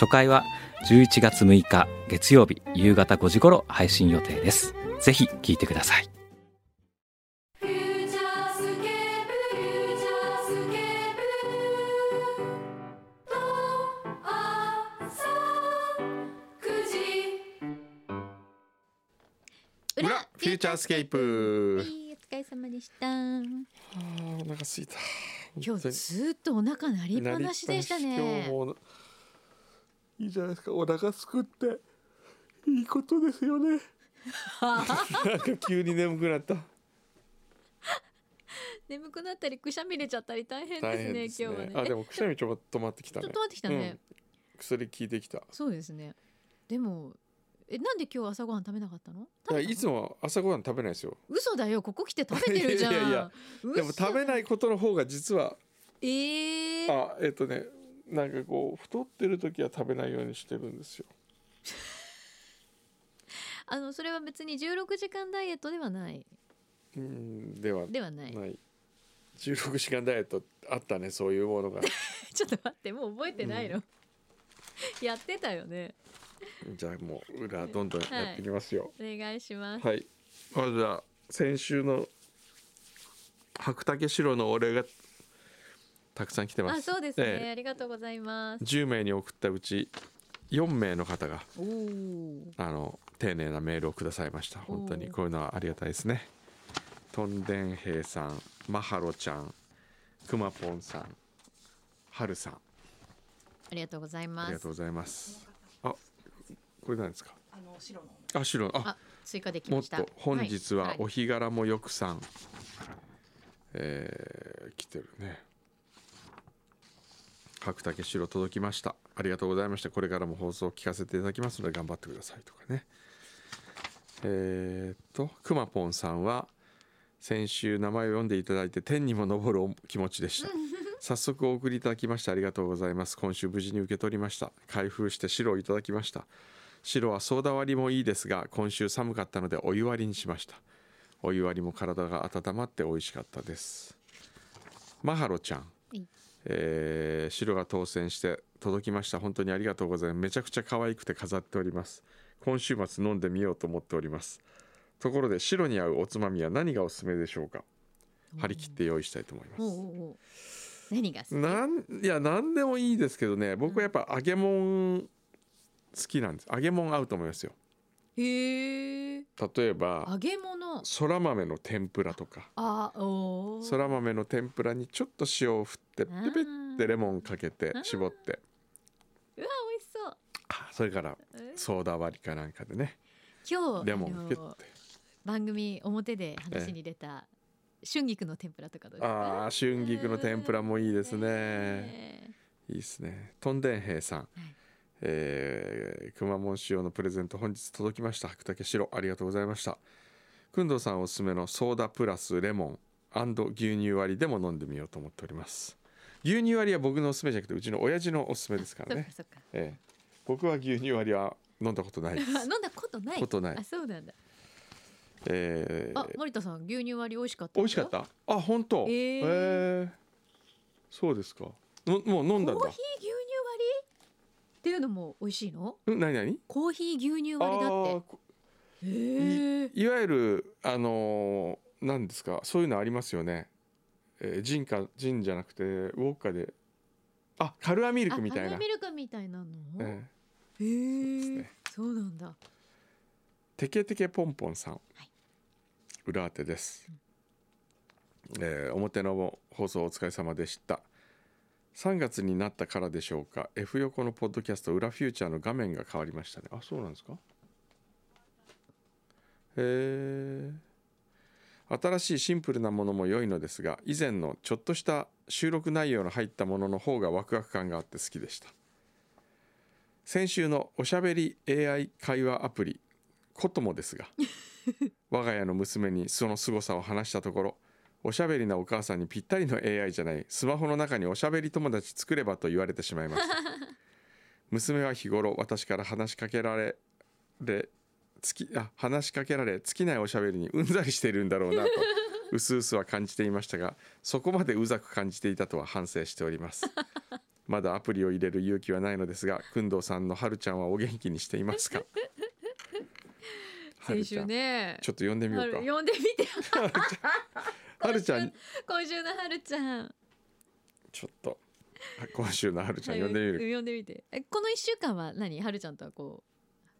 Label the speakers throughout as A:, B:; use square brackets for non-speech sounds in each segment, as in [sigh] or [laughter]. A: 初回は11月6日月曜日夕方5時頃配信予定ですぜひ聞いてください
B: 「フューチャースケープフューチャースケープル」「とあさ9時」
C: 裏フューチャースケープ
B: はいお疲れ様でした今
C: あーお腹すいた
B: 日ずっとお腹鳴りっぱなしでした
C: なりっぱなし今
B: ね
C: 日もういいじゃないですかお腹すくっていいことですよ [laughs] ねなんか急に眠くなった
B: 眠くなったりくしゃみれちゃったり大変
C: [laughs] 大変
B: で
C: です
B: す
C: ね
B: ね今日はね
C: あで
B: も
C: もくしゃみちょっと止まってきた
B: ち
C: ね
B: ょっと待ってきたね、
C: うん薬効いてきたい
B: そうですねでもえなんで今日朝ごはん食べなかったの食
C: や
B: べたの
C: いつも朝ごはん食べないですよ
B: 嘘だよここ来て食べてるじゃん
C: いやいやいやでも食べないいことの方が実は
B: えー、
C: あえっ、とねなんかこう太ってる時は食べないようにしてるんですよ
B: あのそれは別に16時間ダイエットではない
C: うんでは
B: ではない。
C: ない16時間ダイエットあったねそういうものが [laughs]
B: ちょっと待ってもう覚えてないの。 [laughs] やってたよね。
C: じゃあもう裏どんどんやっていきますよ
B: お願いします。
C: はい、まずは先週の白竹白のお礼がたくさん来てます
B: あそうですね、
C: え
B: ありがとうございます
C: え。10名に送ったうち4名の方が
B: おお。
C: あの丁寧なメールをくださいました本当にこういうのはありがたいですねとんでんへいさんまはろちゃんくまぽんさんはるさん
B: ありがとうござい
C: あ
B: ま
C: りがと
B: す
C: う。ございますあこれなんですか
D: あの白の
C: あ白あ
B: あ追加でき
C: も
B: ま
C: っ
B: した。
C: と本日はいお日柄もよくさん、えー来てるね角竹白届きましたありがとうございましたこれからも放送を聞かせていただきますので頑張ってくださいとかねえーっとくまぽんさんは先週名前を読んでいただいて天にも昇るお気持ち
B: [laughs]
C: でした早速お送りいただきましてありがとうございます今週無事に受け取りました開封して白をいただきました白はソーダ割りもいいですが今週寒かったのでお湯割りにしましたお湯割りも体が温まって美味しかったですマハロちゃん
B: い、
C: えー、白が当選して届きました本当にありがとうございますめちゃくちゃ可愛くて飾っております今週末飲んでみようと思っておりますところで白に合うおつまみは何がおすすめでしょうか張り切って用意したいと思い
B: おう
C: ます
B: おうおう何が好き？
C: なんいや何でもいいですけどね僕はやっぱ揚げもん好きなんです揚げもん合うと思いますよ
B: へえ。
C: 例えば
B: 揚げ物。
C: そら豆の天ぷらとか
B: あおお。
C: そら豆の天ぷらにちょっと塩を振ってペ
B: ー
C: ペってレモンかけて
B: うん
C: 絞って
B: うわ美味しそう。
C: あそれから
B: え
C: ソーダ割りかなんかでね
B: 今日
C: レモ
B: あ
C: ン
B: の
C: ピュッて
B: 番組表で話に出た春菊の天ぷらとかどうですか
C: ああー春菊の天ぷらもいいですね
B: ええ
C: いいですねとんでんへいさん
B: い
C: えー、くまモン仕様のプレゼント本日届きました白竹白ありがとうございましたくんどうさんおすすめのソーダプラスレモン牛乳割りでも飲んでみようと思っております牛乳割りは僕のおすすめじゃなくてうちの親父のおすすめですから
B: そっ
C: ね
B: かそっか。
C: ええ、僕は牛乳割りは飲んだことないで
B: [laughs] あ飲ん
C: す。
B: だことない。
C: ことない
B: あ、そうなんだ。
C: ええ
B: あ、森田さん、牛乳割り美味しかった。
C: 美味しかっ。た。あ、本当。
B: ええ
C: えそうですか。のもう飲んだん
B: コー
C: だ
B: ヒ。ー牛乳割り。っていうのも美味しいの。
C: うん、なになに。
B: コーヒー牛乳
C: ああ
B: 割りだって。
C: ーこ
B: へえ。
C: いわゆる、あのー、なんですか、そういうのありますよね。えー、ジンか、ジンじゃなくて、ウォッカで。あ、カルアミル
B: あ、
C: クみたい
B: カレ
C: な
B: ー。ミルクみたいなの。
C: ええ
B: へえ
C: ね。
B: そうなんだ。
C: テケテケポンポンさん、裏当てです、えー表の放送お疲れ様でした3月になったからでしょうか F 横のポッドキャスト裏フューチャーの画面が変わりましたねあそうなんですかえー新しいシンプルなものも良いのですが以前のちょっとした収録内容の入ったものの方がワクワク感があって好きでした先週のおしゃべり AI 会話アプリコトモですが我が家の娘にその凄さを話したところおしゃべりなお母さんにぴったりの AI じゃないスマホの中におしゃべり友達作ればと言われてしまいました娘は日頃私から話しかけられでつきあ話しかけられ尽きないおしゃべりにうんざりしているんだろうなとうすうすは感じていましたがそこまでうざく感じていたとは反省しておりますまだアプリを入れる勇気はないのですが工藤さんのはるちゃんはお元気にしていますかはる
B: 先
C: ちゃ
B: 週
C: ん
B: ね
C: ちょっと読んでみよ
B: は
C: う
B: る
C: か
B: 読んでみて
C: はるちゃん
B: 今週のはるちゃん
C: ちょっとあ今週のはるちゃん
B: は
C: 読
B: い
C: んでみる
B: 読んでみてえこの一週間は何はるちゃんとはこう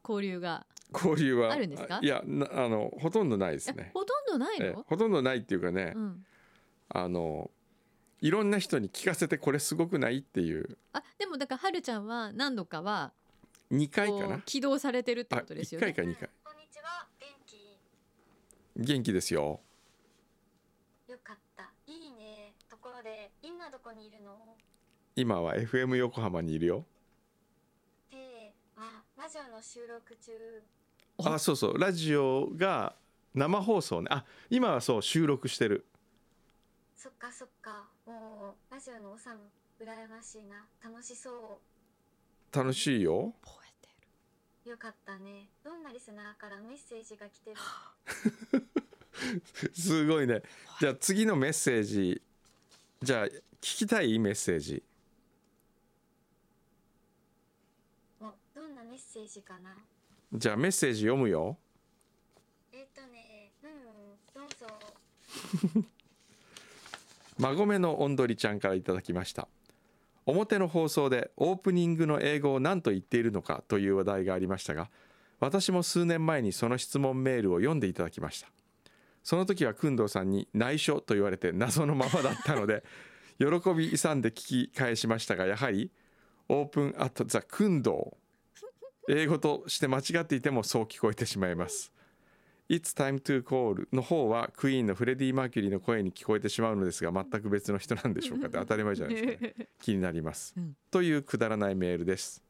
B: 交流が
C: 交流は
B: あるんですか
C: いやなあのほとんどないです
B: え
C: ね
B: ほとんどない
C: ええ
B: の、
C: ほとんどないっていうかね、
B: うん、
C: あのいろんな人に聞かせてこれすごくないっていう
B: あでもだからはるちゃんは何度かは
C: 2回
B: こ
C: か
B: う
C: な
B: 起動されてるって
C: あ
B: ことです
C: 1
B: よね
C: 回か2回
E: こんにちは、元気。
C: 元気ですよ
E: よかった。いいね。ところで、今どこにいるの
C: 今は FM 横浜にいるよ
E: で、あ、ラジオの収録中。
C: あそうそうラジオが生放送ねあ今はそう収録してる
E: そっかそっか。もう、ラジオのおさむ、羨ましいな。楽しそ
C: 楽しいよ
B: 吠えてる
E: う。よかったね。どんなリスナーからメッセージが来てる
C: [laughs] すごいねじゃあ次のメッセージじゃあ聞きたいメッセージ
E: のどんなメッセージかな
C: じゃあメッセージ読むよ
E: えっ、とね、うん、どうぞ。
C: 孫めのおんどりちゃんからいただきました表の放送でオープニングの英語を何と言っているのかという話題がありましたが私も数年前にその質問メールを読んでいただきましたその時は工藤さんに内緒と言われて謎のままだったので [laughs] 喜び勇んで聞き返しましたがやはりオープンアットザ工藤英語として間違っていてもそう聞こえてしまいます「It's Time to Call」の方はクイーンのフレディ・マーキュリーの声に聞こえてしまうのですが全く別の人なんでしょうかって当たり前じゃないですか、ね、気になります、
B: うん
C: というくだらないメールです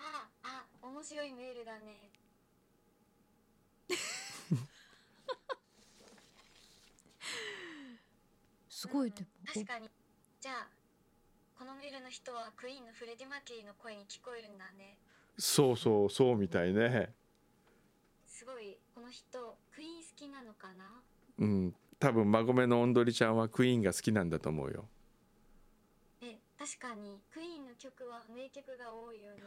E: あ、あ、面白いメールだね。
B: [laughs] すごいで
E: 確かに。じゃあ、このメールの人はクイーンのフレディ・マーキュリーの声に聞こえるんだね。
C: そうそうそうみたいね
E: すごい、この人、クイーン好きなのかな
C: うん多分孫めのおんどりちゃんはクイーンが好きなんだと思うよ
E: え、確かに、クイーンの曲は名曲が多いよね。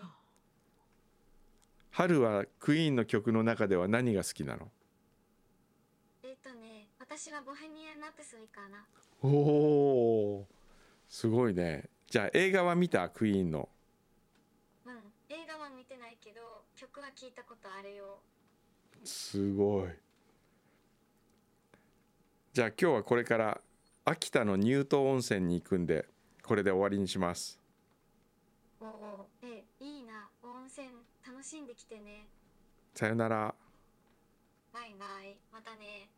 C: 春はクイーンの曲の中では何が好きなの
E: えっとね、私はボヘミアン・ラプソディかな。
C: おおすごいねじゃあ映画は見たクイーンの
E: うん、映画は見てないけど、曲は聞いたことあるよ。
C: すごいじゃあ今日はこれから秋田の乳頭温泉に行くんでこれで終わりにします
E: おお、え、いいな、温泉、楽しんできてね。
C: さよなら
E: バイバイ、またね。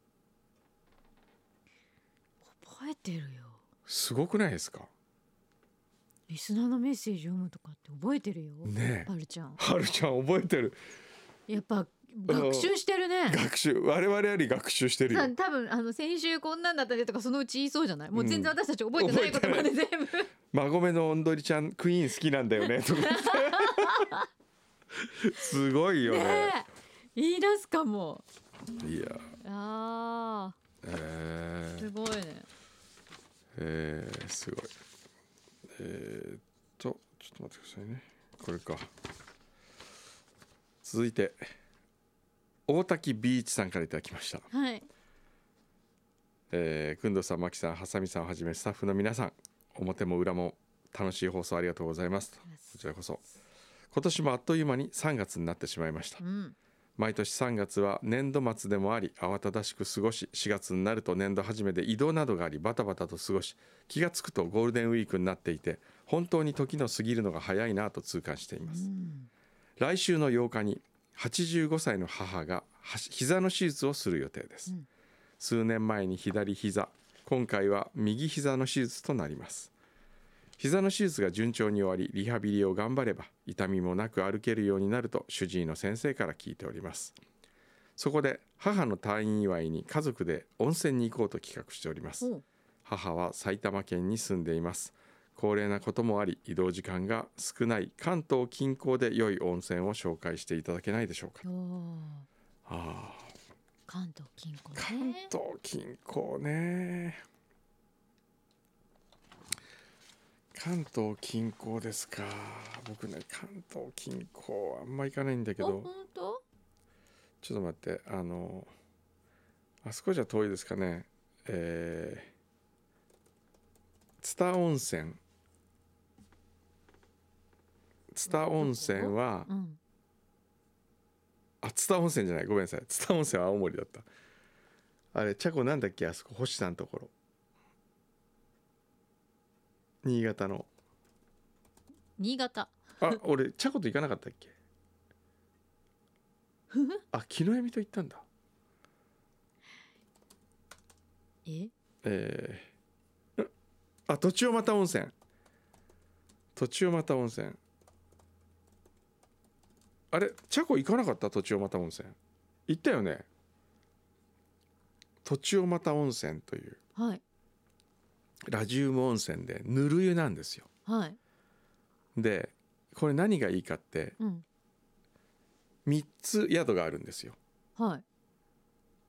B: 吠えてるよ
C: すごくないです [laughs] か
B: リスナーのメッセージ読むとかって覚えてるよ
C: ねえ
B: はるちゃん
C: はるちゃん覚えてる
B: やっぱ学習してるね
C: 学習我々より学習してるよ
B: さ多分あの先週こんなんだったねとかそのうち言いそうじゃないもう全然私たち覚えてないことまで全部
C: 孫めのおんどりちゃんクイーン好きなんだよねとか言ってすごいよね
B: ねえ言い出すかも
C: いや
B: あ
C: え
B: ー
C: ー
B: すごいね
C: えー、すごいえー、っとちょっと待ってくださいねこれか続いて大滝ビーチさんからいただきました
B: はい
C: えー、くんどさん、まきさん、はさみさんをはじめスタッフの皆さん、表も裏も楽しい放送ありがとうございます。こちらこそ。今年もあっという間に3月になってしまいまし
B: う。
C: た
B: ん
C: 毎年3月は年度末でもあり、慌ただしく過ごし、4月になると年度初めで移動などがあり、バタバタと過ごし、気がつくとゴールデンウィークになっていて、本当に時の過ぎるのが早いなと痛感しています。来週の8日に85歳の母がはし膝の手術をする予定です、数年前に左膝今回は右膝の手術となります膝の手術が順調に終わりリハビリを頑張れば痛みもなく歩けるようになると主治医の先生から聞いておりますそこで母の退院祝いに家族で温泉に行こうと企画しております
B: おう
C: 母は埼玉県に住んでいます高齢なこともあり移動時間が少ない関東近郊で良い温泉を紹介していただけないでしょうか
B: おー
C: ああ
B: 関東近郊
C: 関
B: ね
C: 東近郊ね関東近郊ですか僕ね関東近郊あんま行かないんだけ
B: お
C: ど
B: 本当
C: ちょっと待ってあのあそこじゃ遠いですかねえー津田温泉津田温泉は
B: うん
C: あ津田温泉じゃないごめんなさい津田温泉は青森だったあれチャコなんだっけあそこ星さんのところ新潟の
B: 新潟
C: あ俺チャコと行かなかったっけあ木のみと行ったんだ
B: え
C: えーんあ途中又温泉途中又温泉あれチャコ行かなかった途中又温泉行ったよね途中又温泉という
B: はい
C: ラジウム温泉でぬる湯なんですよ
B: はい
C: でこれ何がいいかって
B: うん
C: 3つ宿があるんですよ
B: はい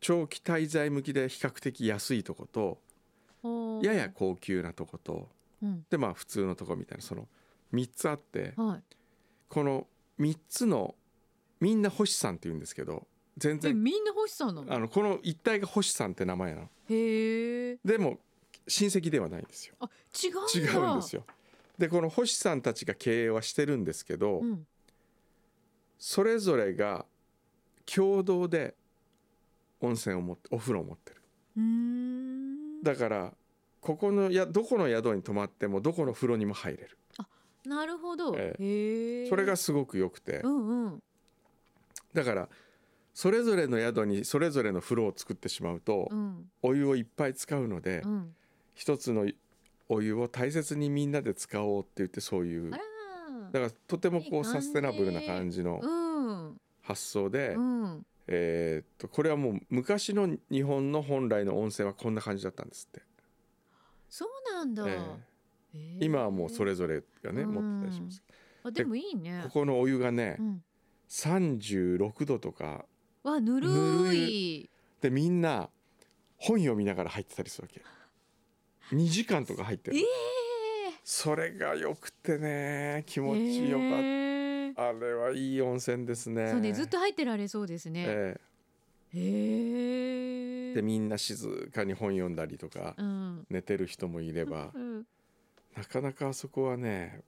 C: 長期滞在向きで比較的安いとこと
B: おー
C: やや高級なとこと
B: うん
C: でまあ普通のとこみたいなその3つあって
B: はい
C: この3つのみんな星さんって言うんですけど全
B: え
C: 然
B: みんな星さんなの
C: あのこの一体が星さんって名前なの
B: へえ
C: でも親戚ではないんですよ
B: あ違うん
C: 違
B: だ
C: うんですよでこの星さんたちが経営はしてるんですけど、
B: うん
C: それぞれが共同で温泉を持ってお風呂を持ってる
B: うーん
C: だからここのやどこの宿に泊まってもどこの風呂にも入れる
B: なるほど、
C: え
B: へえ
C: それがすごく良くて
B: うんうん
C: だからそれぞれの宿にそれぞれの風呂を作ってしまうと
B: うん
C: お湯をいっぱい使うので
B: うん
C: 一つのお湯を大切にみんなで使おうって言ってそういう
B: あ
C: だ
B: ら
C: か
B: ー
C: らとても
B: い
C: こ
B: いう感じ
C: サステナブルな感じの
B: うん
C: 発想で
B: うん
C: えーっとこれはもう昔の日本の本来の温泉はこんな感じだったんですって、
B: そうなんだ、
C: え
B: へ
C: え
B: ー
C: 今はもうそれぞれがね
B: うん
C: 持ってたりしますけ
B: あでもいいね
C: どここのお湯がね
B: うん
C: 36度とか
B: わぬるい
C: でみんな本読みながら入ってたりするわけ2時間とか入ってる
B: ええ
C: それがよくてね気持ちよかった、
B: へー
C: あれはいい温泉ですね
B: そうねずっと入ってられそうですね
C: え
B: へ
C: え
B: え
C: でみんな静かに本読んだりとか、
B: うん
C: 寝てる人もいれば
B: うん
C: なかなかあそこはね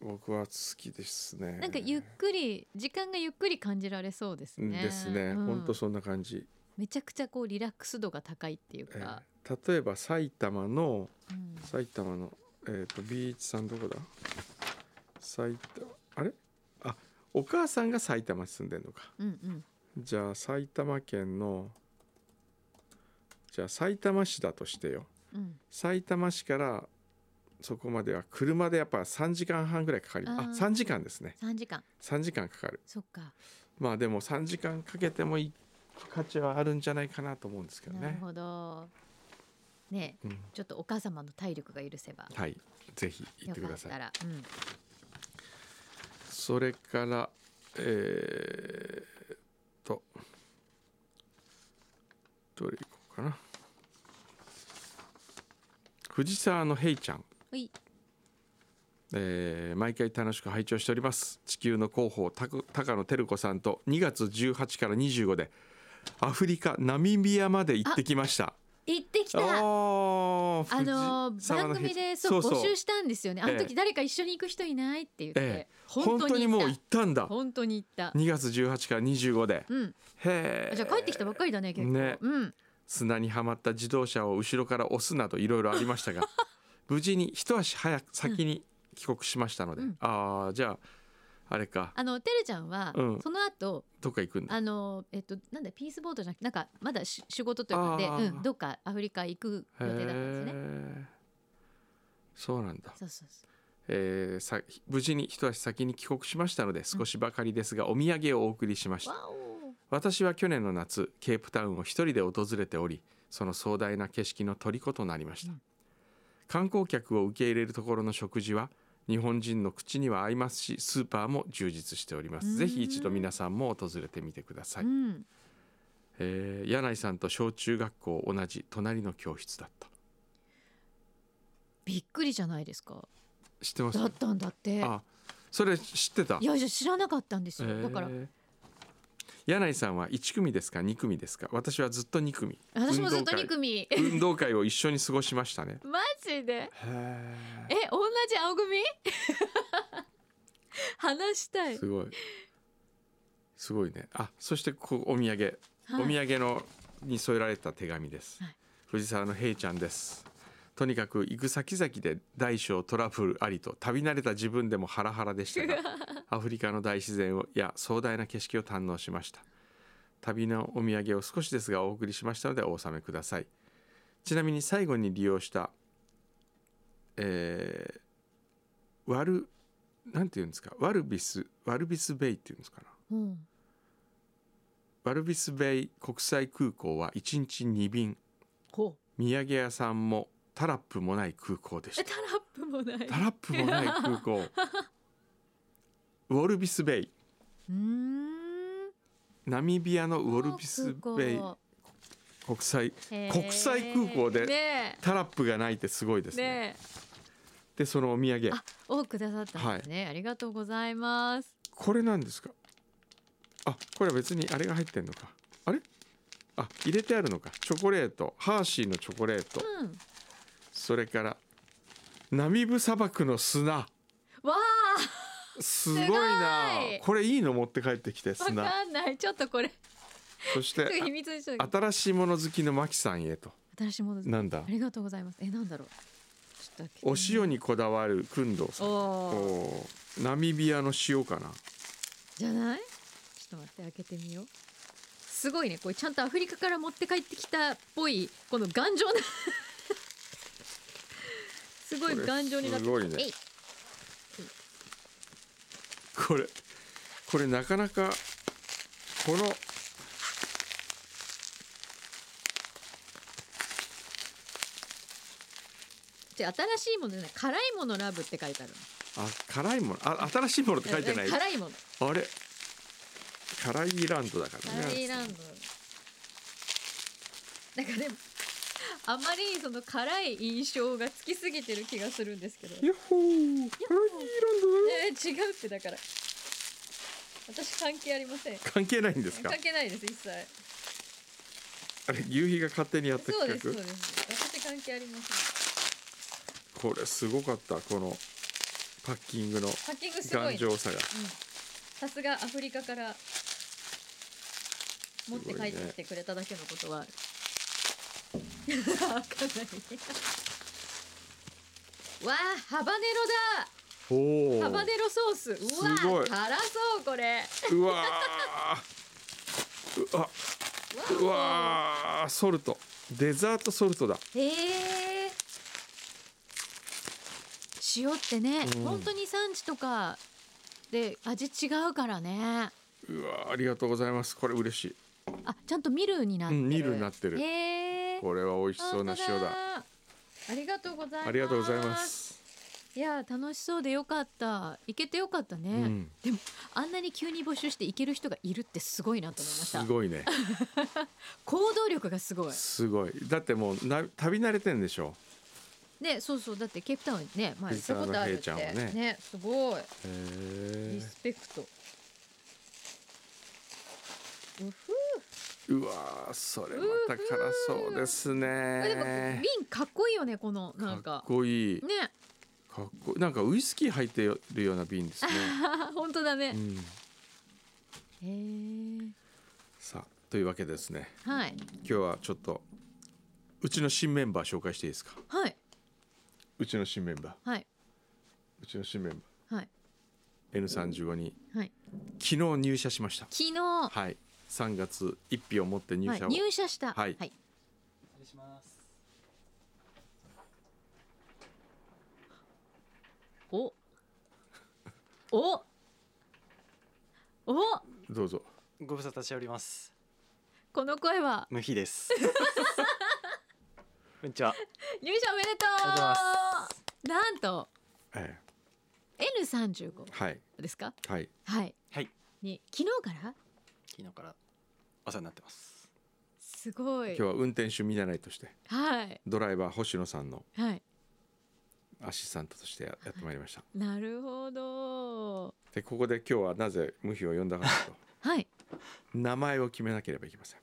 C: 僕は好きですね
B: なんかゆっくり時間がゆっくり感じられそうですね。
C: ですね、
B: うん
C: ほんとそんな感じ、
B: めちゃくちゃこうリラックス度が高いっていう
C: え
B: か。
C: え例えば埼玉の
B: うん
C: 埼玉のえっ、とビーチさんどこだ埼玉あれあお母さんが埼玉に住んでんのか
B: うんうん
C: じゃあ埼玉県のじゃあ埼玉市だとしてよ
B: うん。
C: 埼玉市からそこまでは車でやっぱ3時間半ぐらいかかり
B: あ
C: あ
B: ー
C: 三3時間ですね
B: 三時間。
C: 3時間かかる
B: そっか。
C: まあでも3時間かけてもいい価値はあるんじゃないかなと思うんですけど
B: なる
C: ね、
B: ほど。ねえ
C: うん、
B: ちょっとお母様の体力が許せば。
C: はいぜひ行っ
B: よ
C: てく
B: か
C: だ
B: っ
C: さ
B: た
C: い
B: ら。うん。
C: それからえー、っとどれ行こうかな藤沢のヘイちゃん
B: ほい。
C: えー毎回楽しく拝聴しております地球の広報たく高野照子さんと2月18から25でアフリカナミビアまで行ってきました
B: 行ってき
C: あ
B: た。
C: の
B: あのー番組でそう募集したんですよね。あの
C: ええ
B: 時誰か一緒に行く人いないって言っ
C: え
B: て
C: え。
B: 本当に
C: もう
B: 行っ。
C: 行ったたんだ
B: 本当に行った。
C: 2月18から25で
B: うん。
C: へ
B: あ
C: え
B: じゃあ帰ってきたばっかりだね結構。
C: ね
B: うん。
C: 砂にはまった自動車を後ろから押すなどいろいろありましたが
B: [laughs]
C: 無事に一足早く先に帰国しましたので、
B: うん
C: ああじゃああれか
B: あのてるちゃんは
C: うん
B: その後。
C: どっか行くんだ
B: あのえっとなんだピースボートじゃなくてなんかまだし仕事というかで、
C: あー
B: うん、どっかアフリカ行く予定だったんですね。
C: へーそうなんだ、
B: そうそうそ
C: えーさ無事に一足先に帰国しましたので少しばかりですがお土産をお送りしまし
B: う
C: た
B: わお
C: 私は去年の夏ケープタウンを一人で訪れておりその壮大な景色の虜となりました、
B: うん
C: 観光客を受け入れるところの食事は日本人の口には合いますしスーパーも充実しておりま
B: う
C: す
B: ん
C: ぜひ一度皆さんも訪れてみてください、
B: うん
C: えー柳井さんと小中学校同じ隣の教室だった
B: びっくりじゃないですか
C: 知ってます
B: だったんだって
C: あそれ知ってた
B: いやいや知らなかったんですよ、だから
C: えー柳井さんは1組ですか2組ですか私はずっと2組
B: 私もずっと2組
C: [laughs] 運動会運動会を一緒に過ごしました
B: [laughs]
C: ね
B: マジで
C: へ
B: え同じ青組 [laughs] 話したい
C: えすごいすごいねあそしてここお土産、
B: はい
C: お土産のに添えられた手紙です、
B: はい
C: 藤沢のへいちゃんですとにかく行く先々で大小トラブルありと旅慣れた自分でもハラハラで
B: [laughs]
C: したがアフリカの大自然をや壮大な景色を堪能しました旅のお土産を少しですがお送りしましたのでお納めくださいちなみに最後に利用したえー、ワルなんていうんですかワルビスワルビスベイっていうんですかな
B: うん
C: ワルビスベイ国際空港は1日2便
B: ほう
C: 土産屋さんもタラップもない空港でし
B: え
C: た
B: タラップもない
C: タラップもない空港ウォルビスベイ
B: うーん
C: ナミビアのウォルビスベイ国際
B: へー
C: 国際空港で
B: ね
C: タラップがないってすごいで
B: え
C: すね
B: ねえ
C: でそのお土産
B: あ多くくださったんですね、ありがとうございます
C: これなんですかあこれは別にあれが入ってんのかあれあ入れてあるのかチョコレートハーシーのチョコレート
B: うん
C: それからナミブ砂漠の砂
B: わ
C: すごいな
B: すごい
C: これいいの持って帰ってきて
B: あわ
C: 砂
B: かんないちょっとこれ [laughs]
C: そして
B: 秘密にしとい
C: あ
B: て
C: 新しいもの好きのマキさんへと
B: 新しいものです
C: なんだ
B: ありがとうございますえなんだろうちょっと開けて
C: お塩にこだわるくんどうさん
B: おー
C: おーナミビアの塩かな
B: じゃないちょっと待って開けてみようすごいねこれちゃんとアフリカから持って帰ってきたっぽいこの頑
C: [laughs]
B: 丈なすごい頑丈になって
C: これすごいね
B: え
C: これこれなかなかこの
B: じゃ新しいものじゃない辛いものラブって書いてある
C: あ辛いものあ新しいものって書いてない
B: 辛いもの
C: あれ辛いランドだから
B: ラリ
C: ね
B: ーランドなんかでもあまりその辛い印象がつきすぎてる気がするんですけど
C: ヤッホーカラギーランドだね
B: えー違うってだから私関係ありません
C: 関係ないんですか
B: 関係ないです一切
C: あれ夕日が勝手にやった
B: そうですそう
C: 企
B: です私関係ありません
C: 画これすごかったこのパッキングの
B: パッキングすごい
C: 頑
B: ね
C: 丈さが
B: うんさすがアフリカから持って帰ってきてくれただけのこと
C: [laughs]
B: はある、わかんないわあハバネ
C: お
B: ロだハ
C: お
B: バネロソースうわ
C: すごい
B: 辛そうこれ
C: うわーうわうわーソルトデザートソルトだ
B: へえ塩ってね、
C: うん
B: 本当に産地とかで味違うからね
C: うわーありがとうございますこれ嬉しい
B: あちゃんとミルになってる、
C: うんミルになってる
B: へえ
C: これは美味しそうな塩だ
B: ありがとうございます。
C: ありがとうございます
B: いや楽しそうでよかった。行けてよかったね。
C: うん
B: でもあんなに急に募集して行ける人がいるってすごいなと思いまし
C: す
B: た。
C: ごいね
B: 行動力がすごい。
C: すごいだってもうな旅慣れてんでしょ
B: ねそうそうだってケープタウンね前行ったことあるっ
C: 藤
B: て
C: 沢の平ちゃんはね
B: すごい
C: へ
B: リ
C: え
B: スペクト。うふ
C: うわーそれまた辛そうです
B: あでも
C: ね
B: 瓶かっこいいよねこのなん
C: かっ
B: か。
C: こいい
B: ね
C: かっこいいなんかウイスキー入ってるような瓶
B: [laughs]
C: ですね、
B: あ本当だ
C: う
B: ね。
C: ん、
B: へえ
C: さあというわけですね
B: はい
C: 今日はちょっとうちの新メンバー紹介していいですか
B: はいう
C: ちの新メンバー
B: はいう
C: ちの新メン
B: はい
C: N35 に
B: はい。
C: 昨日入社しました
B: 昨日。
C: はい3月1日をもって入
B: はい
C: 社を、
B: 入社した。
C: はい
B: はい。おお
C: どうぞ
F: ご無沙汰しております。
B: この声は
F: 無比 [laughs] です。こんにちは。
B: 入社おめでと
F: ありがとうござい
B: う
F: ま
B: なんと
C: え
B: N35
C: えはい
B: ですか
C: はい
B: はい、
F: はい、
B: に昨日から
F: 昨日からお世話になってます。
B: すご
C: 今
B: い
C: 日は運転手見習いとして
B: はい
C: ドライバー星野さんの
B: はい
C: アシスタントとしてややってまいりました
B: なるほど
C: でここで今日はなぜ無比を呼んだかという
B: はい [laughs]
C: と名前を決めなければいけません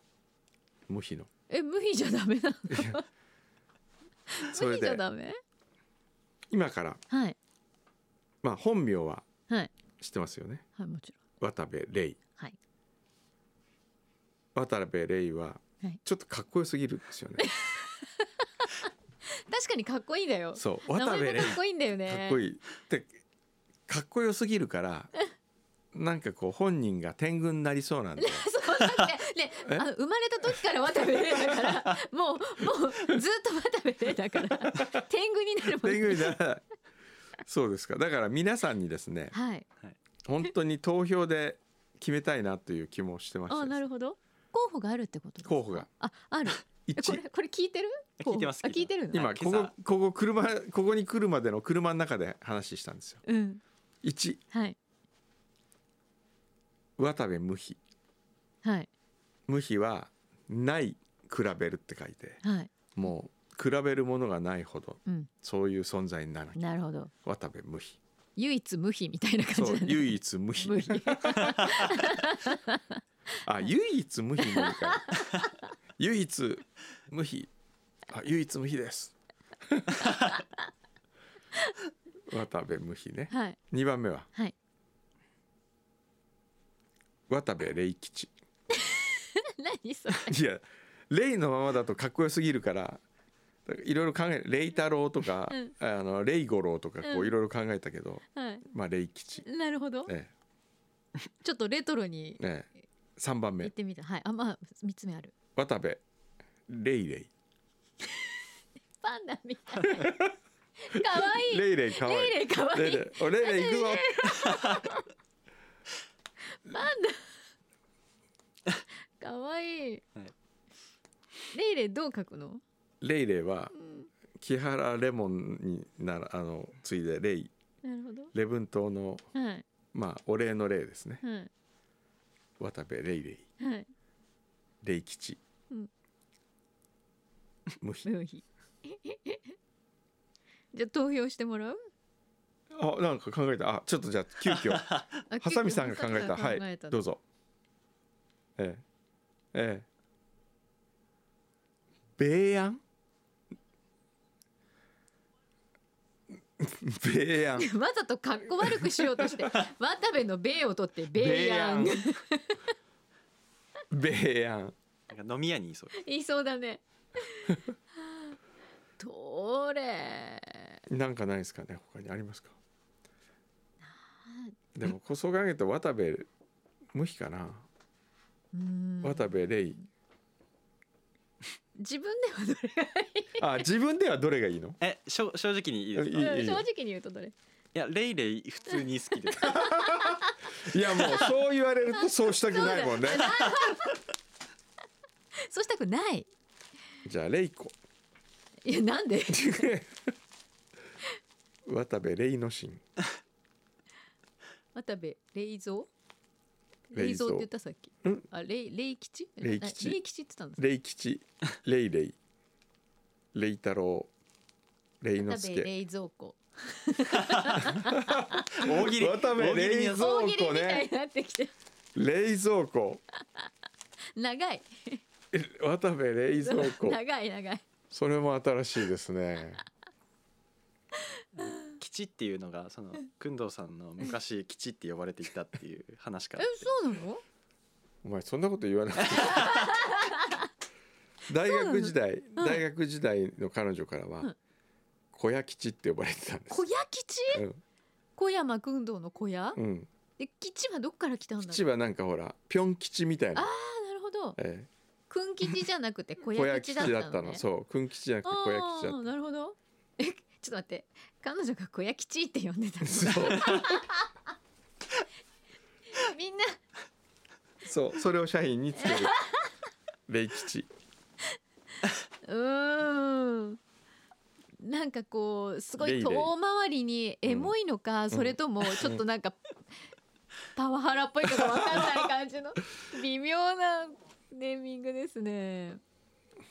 C: 無比の
B: え無比じゃダメなの
C: そ
B: 無
C: れ
B: 比じゃ
C: で
B: ダメ
C: 今から
B: はい
C: まあ本名は
B: はい
C: 知ってますよね
B: はいもちろん
C: 渡部玲
B: はい
C: 渡部玲は
B: はい
C: ちょっとかっこよすぎるんですよ
B: [laughs]
C: ね、
B: 確かにかっこいいんだよ
C: そう
B: 名
C: 渡部
B: 前
C: 玲
B: もかっこいいんだよね
C: かっこいいでかっこよすぎるからなんかこう本人が天狗になりそうなん
B: [laughs]
C: で
B: そうだってね
C: [laughs] え
B: あの生まれた時から渡部玲だからもうもうずっと渡部玲だから
C: [laughs]
B: 天狗になるもん
C: 天狗にならないそうですかだから皆さんにですね
B: はい
C: 本当に投票で決めたいなという気もしてまし
B: あ
C: て
B: な
C: です
B: るほど候補があるってことですか
C: 候補が
B: ああるえこれ
C: 1
B: これ聞いてる
F: 聞いてます
B: あ聞いてるの
C: 今
F: あ
C: こ
F: 今
C: こ
F: 朝
C: ここ車ここに来るまでの車の中で話したんですよ
B: うん
C: 1
B: はい
C: 渡部無比
B: はい
C: 無比はない比べるって書いて
B: はい
C: もう比べるものがないほど
B: うん
C: そういう存在にならない
B: なるほど
C: 渡部無比
B: 唯一無比みたいな [laughs] 感じ
C: そう
B: だね
C: 唯一無比
B: 無比
C: あ唯一無比もいいから [laughs] 唯一無比あ唯一無比です [laughs] 渡部無比ね
B: はい
C: 2番目は
B: はい [laughs]
C: 渡部玲吉
B: 何それ
C: いやレイのままだとかっこよすぎるからだからいろいろ考えレイ太郎とか、
B: うん
C: あのレイ五郎とかこ
B: う
C: うんいろいろ考えたけど、
B: はい
C: まあレイ吉、
B: なるほど
C: え
B: ちょっとレトロに
C: えええ、3番
B: 言
C: 目
B: ってみたはいあまあ三つ目ある
C: 渡部レイレイ
B: パンダみたい可愛い
C: レイレイかわいい
B: レイレイ可愛い
C: レイレイおレイレイ行くぞ
B: 可愛い
F: はい
B: レイレイどう書くの
C: レイレイは木原レモンにならあのついでレイ
B: なるほど
C: 礼文島の
B: はい
C: まあお礼の礼ですね
B: はい
C: 渡部レイレイ
B: はい
C: レイ吉、
B: うん
C: [laughs] 無比
B: 無比じゃあ投票してもらう
C: あなんか考えたあちょっとじゃあ急遽
B: あ
C: ハサミさんが考え
B: 結
C: た
B: 構ハサ
C: は
B: ミさんが考
C: い
B: えたの
C: どうぞええええ米安 [laughs] 米安
B: わざと格好悪くしようと
C: [laughs]
B: して渡部の米を取って米やん
C: 米安
F: なんか飲み屋にいそう。
B: 言いそうだね
C: [laughs]
B: どれ
C: なんかないですかね他にありますかでもこそがげと渡部無比かな
B: うーん
C: 渡部レイ
B: 自分ではどれが
C: あ自分ではどれがいいの
F: え、しょ正直にいいですか。
C: いい
F: い
C: よ
B: 正直に言うとどれ
F: や、レイレイ普通に好きです。
C: い
F: [laughs]
C: やもうそう言われるとそうしたくないもんね
B: そうしたくない
C: じゃあレイコ
B: いやなん
C: [laughs]
B: で
C: 渡部レイのシン
B: 渡部冷蔵
C: 冷
B: 冷
C: 蔵
B: 蔵って言ったさっき
C: うん
B: あ冷冷吉
C: 冷吉
B: あ冷吉って言ったんです
C: レイ吉レイレイレイ太郎レイの
B: 渡
C: す
B: 部
C: け
B: 冷蔵庫
F: 大喜利。
C: 渡部レイ
F: 大喜利
C: ゾ
F: の
B: 大
C: 蔵
B: 喜利
C: 庫
B: みたい
C: ね
B: になってきて
C: 冷蔵庫
B: 長い
C: え渡部冷蔵
B: [laughs]
C: 庫
B: 長い長い
C: それも新しいですね
F: 吉っていうのが、その、くんどうさんの昔吉って呼ばれていたっていう話か
B: え
F: ら。
B: そうなの
C: お前そんなこと言
B: [laughs]
C: わなくていい大学時代
B: うん
C: 大学時代の彼女から
B: う
C: は
B: ん
C: 小屋吉って呼ばれてたんです
B: 小屋吉小山君堂の小屋
C: うん、うん、
B: で吉はどっから来たんだろう
C: 吉はなんかほらピョン吉みたいな
B: あ、ーなるほど
C: え
B: 君吉じゃなくて小
C: [laughs] え、小
B: 屋
C: 屋
B: 吉
C: 吉
B: だ
C: だ
B: っ
C: ったた
B: の
C: の,、
B: ね
C: そう君吉じゃなくて小屋吉だった
B: あーなるほ [laughs] どえちょっと待って彼女が小屋吉って呼んでたの
C: そうそうそれを社員につける [laughs] レイ吉
B: うーんなんかこうすご
C: レイ
B: い
C: レイ
B: 遠回りにエモいのか、それともちょっとなんかパワハラっぽいのかわかんない感じ
C: [laughs]
B: の微妙なネーミングですね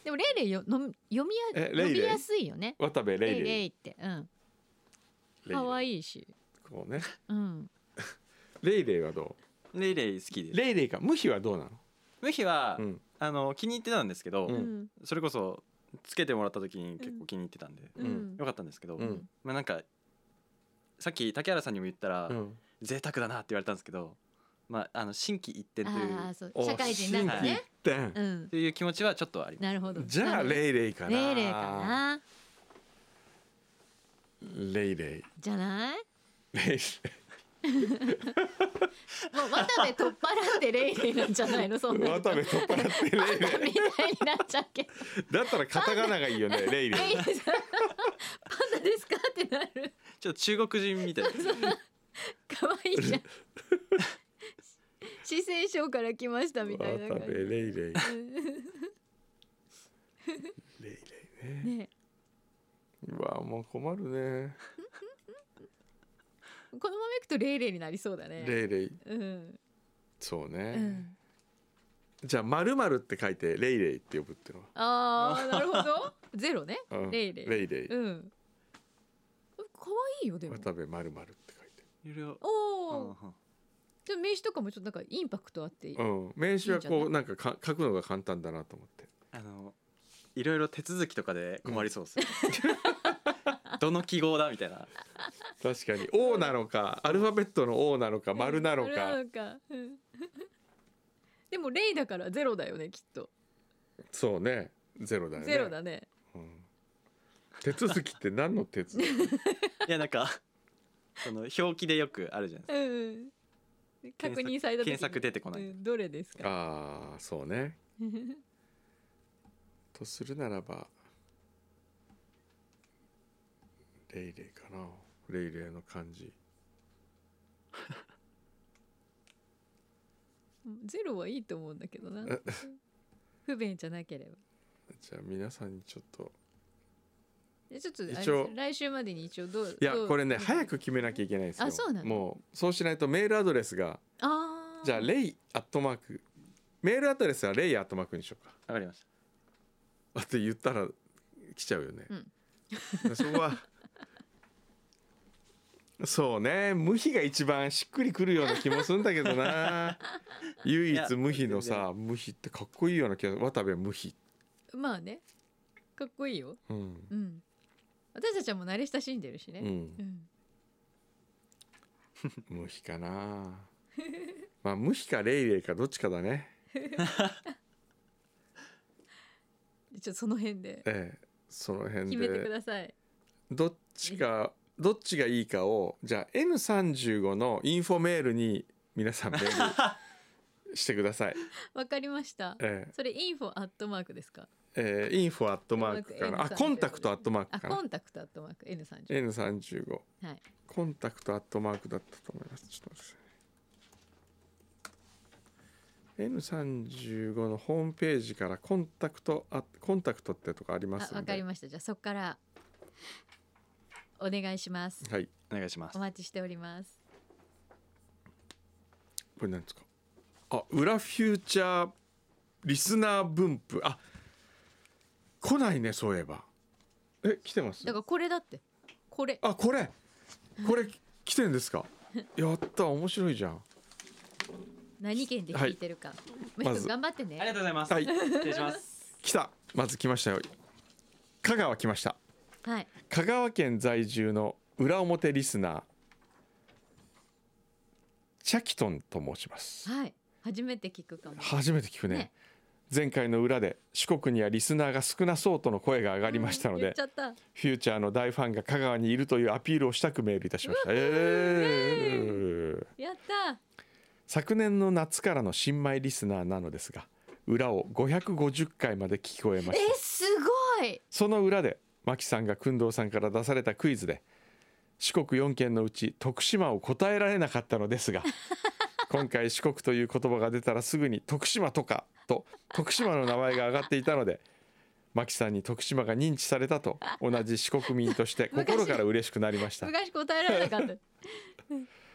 B: でもレイレイよの読みや
C: えレイレイ
B: 呼びやすいよね
C: 渡部レ
B: レ
C: イ
B: イ
C: レ
B: レ
C: イ
B: イってうん
C: レイ
B: 可愛いし
C: こうね
B: うん
C: レイレイはど
F: レイレイ好きで
C: う
F: す
C: レイレイか無比はどうなの
F: 無比は、
C: うん
F: あの気に入ってたんですけど、
C: う
B: うんん
F: それこそつけてもらった時に結構気に入ってたんで、
B: うん、
C: うん
F: よかったんですけど、
C: うん
F: まあなんかさっき竹原さんにも言ったら、
C: うん
F: 贅沢だなって言われたんですけど、まああの新規一点という
B: ああそう社会人だから
C: 心機
B: ね
C: 一転
B: うん
F: という気持ちはちょっとあります。
B: なるほど
C: じゃあ
B: イ
C: レイレイかな
B: レイレイかな
C: レイレイ
B: じゃない
C: レイレイ
B: もう渡部取っ払ってレイレイなんじゃないのそんなの
C: 渡部取っ払ってレイレイ
B: パ [laughs] ンダみたいになっちゃうけど
C: だったらカタカナがいいよねレイレイ
B: レイレイさんパンダですかってなる
F: ちょっと中国人みたい
B: [laughs]
F: な。
B: 可愛いじゃん四川省から来ましたみたいな
C: 渡
B: 感
C: 部レイレイレイレイね
B: じね
C: うわもう困るね
B: えこのままいくとレイレイになりそうだね
C: レイレイ
B: うん
C: そう
B: う
C: ね
B: ん
C: じゃあまるまるって書いてレイレイって呼ぶってのは
B: ああなるほどゼロね
C: うん
B: レイレイ
C: レイレイ
B: うん可愛いよでも
C: 渡部まるまるって書いて
F: いろいろ
B: お
F: うんう
B: お
F: ん
B: ちょっと名刺とかもちょっとなんかインパクトあっていい
C: うん名刺
B: いい
C: はこ
B: んじゃない
C: うなんかか書くのが簡単だなと思って
F: あのいろいろ手続きとかで困りそ
B: [laughs]
F: うです。どの記号だみたいな。
C: 確かに O なのかアルファベットの O なのか丸なの
B: 丸な
C: か
B: のかうん [laughs] でもレイだからゼロだよねきっと
C: そうねゼロだよね
B: ゼロだね
C: うん手続きって何の手
B: [laughs]
C: 続き
F: いやなんかその表記でよくあるじゃないで
B: うんうん確認された時に
F: 検索出てこない
B: うんどれですか
C: ああそうね [laughs] とするならばレイレイかなレイレイの漢字
B: うんゼロはいいと思うんだけどなうん [laughs] 不便じゃなければ
C: じゃあ皆さんにちょっと
B: でちょっとあれ
C: 一応
B: 来週までに一応どう
C: いや
B: どう
C: これね早く決めなきゃいけないんですよ
B: あそうなの
C: もうそうしないとメールアドレスが
B: あー
C: じゃあレイアットマークメールアドレスはレイアットマークにしようか [laughs]
F: すか。わかりまし
C: あって言ったら来ちゃうよね、そこ
B: [laughs]
C: はそうね無比が一番しっくりくるような気もするんだけ
B: [laughs]
C: どな唯一無比の
F: いや
C: さ無比ってかっこいいような気が渡部無比
B: まあねかっこいいよ
C: うん、
B: うん私たちはもう慣れ親しんでるし
C: う
B: ね
C: ん
B: う、ん
C: 無比かなまあ無比かレイレイかどっちかだね
B: でちょっとその辺で
C: ええその辺
B: 決めてく
C: で
B: ださい
C: どっちかどっちがいいかをじゃあ N35 のインフォメールに皆さんメー
B: [laughs]
C: ルしてください
B: わかりました
C: ええ
B: それインフォアットマークですか
C: えー、インフォアットマークかな。あ、コンタクトアットマーク
B: あ
C: か
B: コ
C: な。
B: ンタクトアットマーク N30
C: N 三十五。
B: はい
C: コンタクトアットマークだったと思います。ちょっと待ってくださいね。N 三十五のホームページからコンタクトあコンタクトってとこあります
B: あ
C: の
B: わ
C: で。
B: かりましたじゃあそこからお願いします
C: はい。
F: た。お願いします
B: お。待ちしております
C: これなんですか。あ、裏フューチャーリスナー分布。あ、来ないねそういえば。え、来てます
B: だか。らこれだってこれ
C: あ、これこれ来てんですか。 [laughs] やった面白いじゃん。
B: 何県で聞いてるか、
C: ま
B: ま
C: ず
B: ず頑張ってね
F: ありがとうございます。
C: はい
F: 失礼します。
C: 来たまず来ましたよ香川来ました
B: はい
C: 香川県在住の裏表リスナーチャキトンと申します
B: はい初めて聞くかも
C: 初めて聞くね
B: ね
C: 前回の裏で四国にはリスナーが少なそうとの声が上がりましたの
B: 言っ
C: で
B: ちゃった
C: フューチャーの大ファンが香川にいるというアピールをしたくメールいたしました、えー
B: やった
C: 昨年の夏からの新米リスナーなのですが裏を550回まで聞こえました
B: えすごい
C: その裏で牧さんが工藤さんから出されたクイズで四国4県のうち徳島を答えられなかったのですが今回四国という言葉が出たらすぐに徳島とかと徳島の名前が挙がっていたので牧さんに徳島が認知されたと同じ四国民として心から嬉しくなりました
B: 昔答えられなかった。
C: [laughs]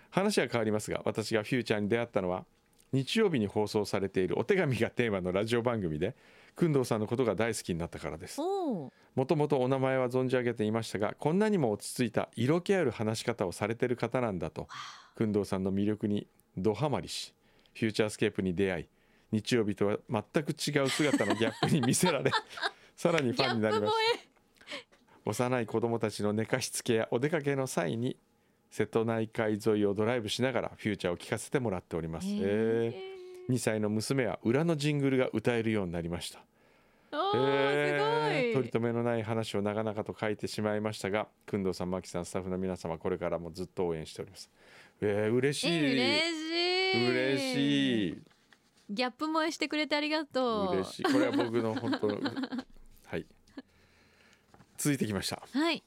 C: 話は変わりますが私がフューチャーに出会ったのは日曜日に放送されているお手紙がテーマのラジオ番組で工藤さんのことが大好きになったからです
B: おお。
C: もともとお名前は存じ上げていましたがこんなにも落ち着いた色気ある話し方をされてる方なんだと工藤さんの魅力にドハマりしフューチャースケープに出会い日曜日とは全く違う姿のギャップに見せ
B: [laughs]
C: られさらにフ
B: ギャ
C: ァンにな
B: ッ
C: り
B: プ
C: まし
B: 萌
C: た
B: え。
C: 幼い子供たちの寝かしつけやお出かけの際に瀬戸内海沿いをドライブしながらフューチャーを聞かせてもらっております、
B: へー
C: えー2歳の娘は裏のジングルが歌えるようになりました
B: お
C: え
B: ー
C: ー
B: すごい
C: 取り。留めのない話を長々と書いてしまいましたが工藤さん真木さんスタッフの皆様これからもずっと応援しておりますえー、嬉しい
B: え嬉しい。
C: 嬉しい
B: ギャップ萌えしてくれてありがとう。
C: 嬉しいこれは僕の本当のはい続いてきました
B: はい。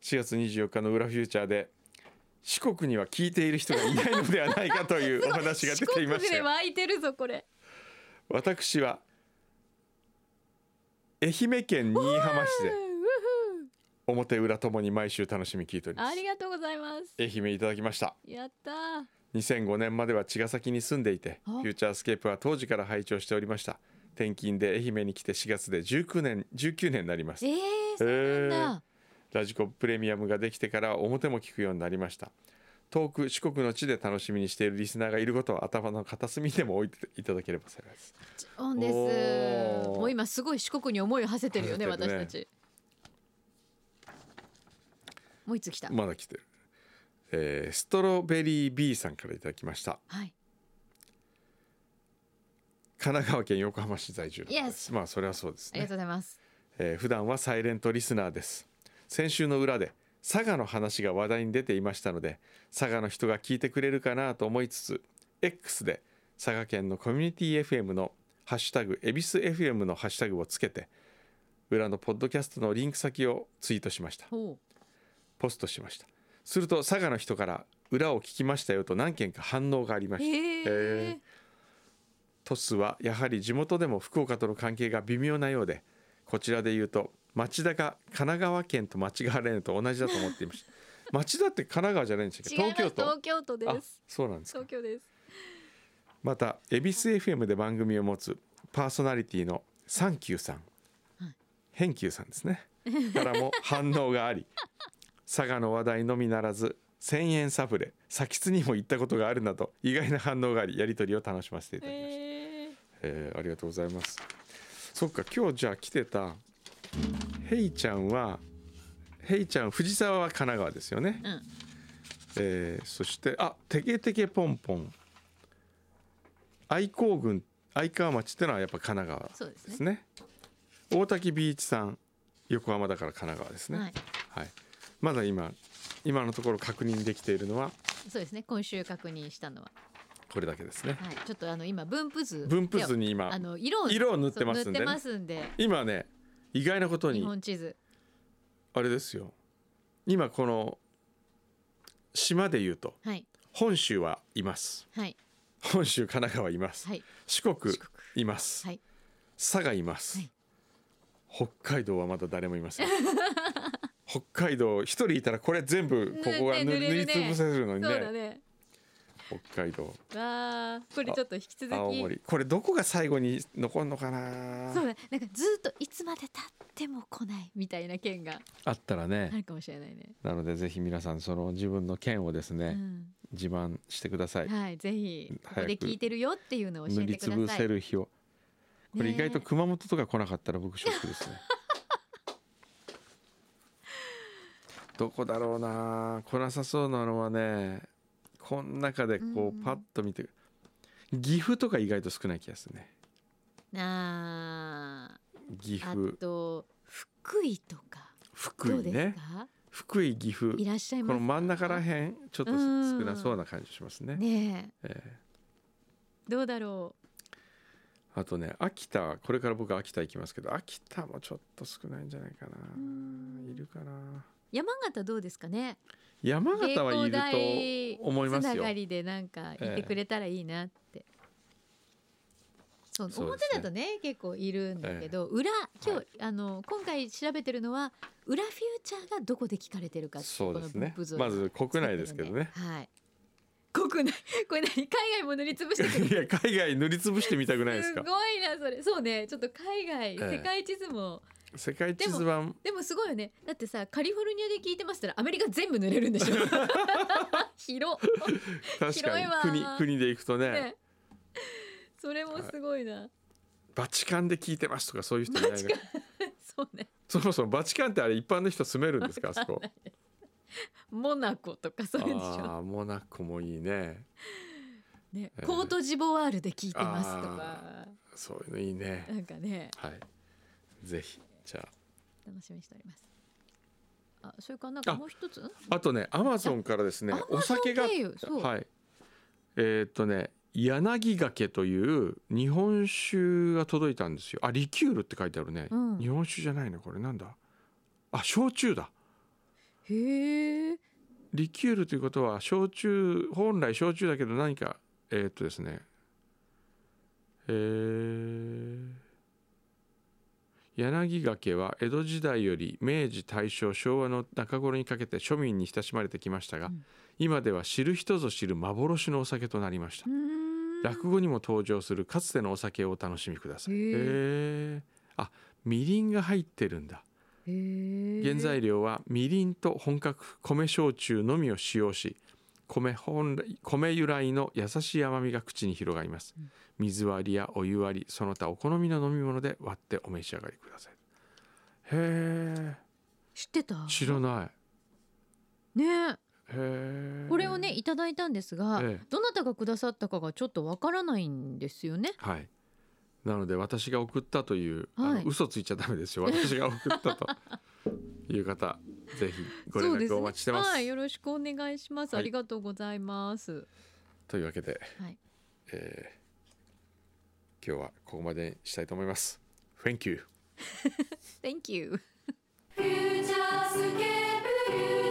C: 4月24日の「裏フューチャー」で四国には聞いている人がいないのではないかと
B: [laughs]
C: いうお話が出ていま
B: 四
C: し
B: 国
C: た
B: で
C: よ
B: 湧いてるぞこれ。
C: 私は愛媛県新居浜市
B: う
C: で
B: ん
C: 表裏ともに毎週楽しみに聞いておりま
B: あ
C: す
B: りがとうございます。
C: 愛媛いただきました
B: やったー。
C: 2005年までは茅ヶ崎に住んでいてフ
B: あ
C: ューチャースケープは当時から拝聴しておりました転勤で愛媛に来て4月で19年19年になります
B: ええそうなんだ。
C: ラジコプレミアムができてからは表も聞くようになりました遠く四国の地で楽しみにしているリスナーがいることは頭の片隅でも置いていただければ幸いです
B: オンで
C: おー
B: す。もう今すごい四国に思いを馳せてるよね
C: 馳せて
B: 私
C: るね
B: たち。もう一つ来た。
C: まだ来てる、えーストロベリー B さんからいただきました
B: はい。
C: 神奈川県横浜市在住の方です、まあそれはそうです
B: ありが
C: ね
B: とうございます。
C: えー普段はサイレントリスナーです先週の裏で佐賀の話が話題に出ていましたので佐賀の人が聞いてくれるかなと思いつつ X で佐賀県のコミュニティ FM のハッシュタグ恵比寿 FM のハッシュタグをつけて裏のポッドキャストのリンク先をツイートしました
B: ほ
C: ポストしましたすると佐賀の人から裏を聞きましたよと何件か反応がありま
B: う。
C: した
B: へ
C: へー
B: え。
C: トスはやはり地元でも福岡との関係が微妙なようでこちらで言うと町田が神奈川県と間違われるのと同じだと思っていました [laughs] 町田って神奈川じゃないんでしたっけ
B: 違います
C: 東京都
B: 東京都
C: あ
B: です。
C: そうなんですか
B: 東京です。
C: また恵比寿 FM で番組を持つパーソナリティのサンキューさん、ヘンキューさんですねからも反応が
B: [laughs]
C: あり佐賀の話題のみならず1000円サブレ砂津にも行ったことがあるなど意外な反応がありやり取りを楽しませていただきました、
B: え
C: えーありがとうございますそっか今日じゃあ来てたヘイちゃんはヘイちゃん藤沢は神奈川ですよね、
B: うん
C: えーそしてあテケテケポンポン愛工郡愛川町ってのはやっぱ神奈川
B: そうですね
C: ですね大滝ビーチさん横浜だから神奈川です
B: ー
C: ね
B: はい。
C: はい、まだ今今のところ確認できているのは
B: そうですね。今週確認したのは、
C: これだけですね
B: はい。ちょっとあの今分布図。
C: 分布図
B: い
C: に今
B: や。あの色を
C: 色を塗ってますん
B: そ
C: でね
B: う塗ってますんで。
C: 今ね意外なこと
B: 日
C: に
B: 本地図。
C: あれですよ今この島で言うと
B: はい。
C: 本州はいます
B: はい。
C: 本州神奈川います、
B: はい。
C: 四国
B: 四国
C: います、
B: はい
C: 佐賀います、
B: はい
C: 北海道はまだ誰もいま
B: [laughs]
C: せん北海道一人いたらこれ全部ここが
B: ぬね塗れ
C: ぬ塗り
B: るね
C: つぶせるの
B: そう
C: に
B: だ
C: ね
B: ね。
C: 北海道
B: わあ、これちょっと引き続き。
C: 青森これどこが最後に残るのか
B: そう
C: な
B: だ、なんかずっといつまで経っても来ないみたいな県が
C: あったらね
B: あ、るかもしれないね。
C: なのでぜひ皆さんその自分の県をです
B: う
C: ね、
B: ん、
C: 自慢してください、
B: はい、ぜひここ
C: 早
B: で
C: く
B: 聞いてるよっていうのを教
C: 塗
B: え
C: り
B: て
C: つ
B: く
C: ぶ
B: ださ
C: せ
B: い。
C: る日をこれ意外と
B: ね
C: 熊本とか来なかったら僕ショックですね。 [laughs] どこだろうな来なさそうなのはねこの中でこ
B: うん
C: うパッと見て、岐阜とか意外と少ない気がするね
B: あ
C: 岐
B: ー、あ
C: 阜
B: と福井とか
C: 福
B: どう
C: 井
B: です
C: ね
B: か？
C: 福井岐阜
B: いらっしゃい
C: こ
B: ま
C: の
B: す
C: 真ん中らへんちょっと少
B: うん
C: なそうな感じしますね。
B: ねえ、
C: え
B: どうだろ
C: ーあとね秋田これから僕秋田行きますけど秋田もちょっと少ないんじゃないかな
B: う。うーん
C: いるかな
B: 山形どうですかね
C: 山形は
B: 芸
C: いる
B: 工
C: と思います
B: つな
C: よ
B: が。りでなんかいてくれたらいいなって、そう
C: そうで
B: 表
C: すね
B: だとね結構いるんだけど、裏今日、
C: は
B: あの今回調べてるのは裏フューチャーがどこで聞かれてるかってい
C: そうですね
B: この分布図。を
C: まず国内ですけどね。
B: はい国内これ何海外も塗りつぶしてくれ
C: [laughs] い
B: る
C: や海外塗りつぶしてみたくないです
B: すご
C: か
B: い。なそれそうねちょっと海外、
C: ええ
B: 世界地図も
C: 世界地図版
B: でもすごいよねだってさカリフォルニアで聞いてましたらアメリカ全部塗れるんでしょ [laughs] 広っ
C: 確かに
B: 広い
C: 国
B: わ
C: 国で行くとね
B: ね [laughs] それもすごいな、 [laughs]
C: バチカンで聞いてますとかそういう人いない
B: バ
C: の
B: チカンそうね
C: そもそもバチカンってあれ一般の人住めるんですかあそこ。
B: モナコとか [laughs] そういうのでしょ、
C: ああモナコもいいね。
B: ね
C: えー
B: コートジボワールで聞いてますとか
C: あそういうのいいね。
B: なんかね
C: はい。ぜひじゃあ。
B: 楽しみにしておりますあそれからなんか
C: あ
B: もう一つ
C: あとね、アマゾンからですね
B: あ、
C: お酒が
B: Amazon 経由そう
C: はい。えーっとね、柳ヶけという日本酒が届いたんですよ。あ、リキュールって書いてあるね。
B: うん
C: 日本酒じゃないのこれなんだ。あ、焼酎だ。
B: へえ
C: リキュールということは焼酎本来焼酎だけど何かえーっとですね。えー柳ヶけは江戸時代より明治大正昭和の中頃にかけて庶民に親しまれてきましたが、
B: うん
C: 今では知る人ぞ知る幻のお酒となりました、落語にも登場するかつてのお酒をお楽しみください
B: へー
C: へーあみりんが入ってるんだ原材料はみりんと本格米焼酎のみを使用し米本来米由来の優しい甘みが口に広がります
B: うん
C: 水割りやお湯割りその他お好みの飲み物で割ってお召し上がりくださいへ
B: 知ってた
C: え知らない
B: ね
C: へえ
B: これをねいただいたんですが、
C: ええ
B: どなたがくださったかがちょっとわからないんですよね
C: はいなので私が送ったという、あ
B: は
C: の
B: い
C: 嘘ついちゃダメで
B: [laughs]
C: すよ私が送ったという方ぜひご連
B: そうですね
C: 絡をお待ちしてます
B: はい、よろしくお願いします。
C: はい
B: ありがとうございます。
C: というわけで、
B: はい
C: えー今日はここまでにしたいと思います。Thank you.
B: Thank you.
G: フューチャースケープフュー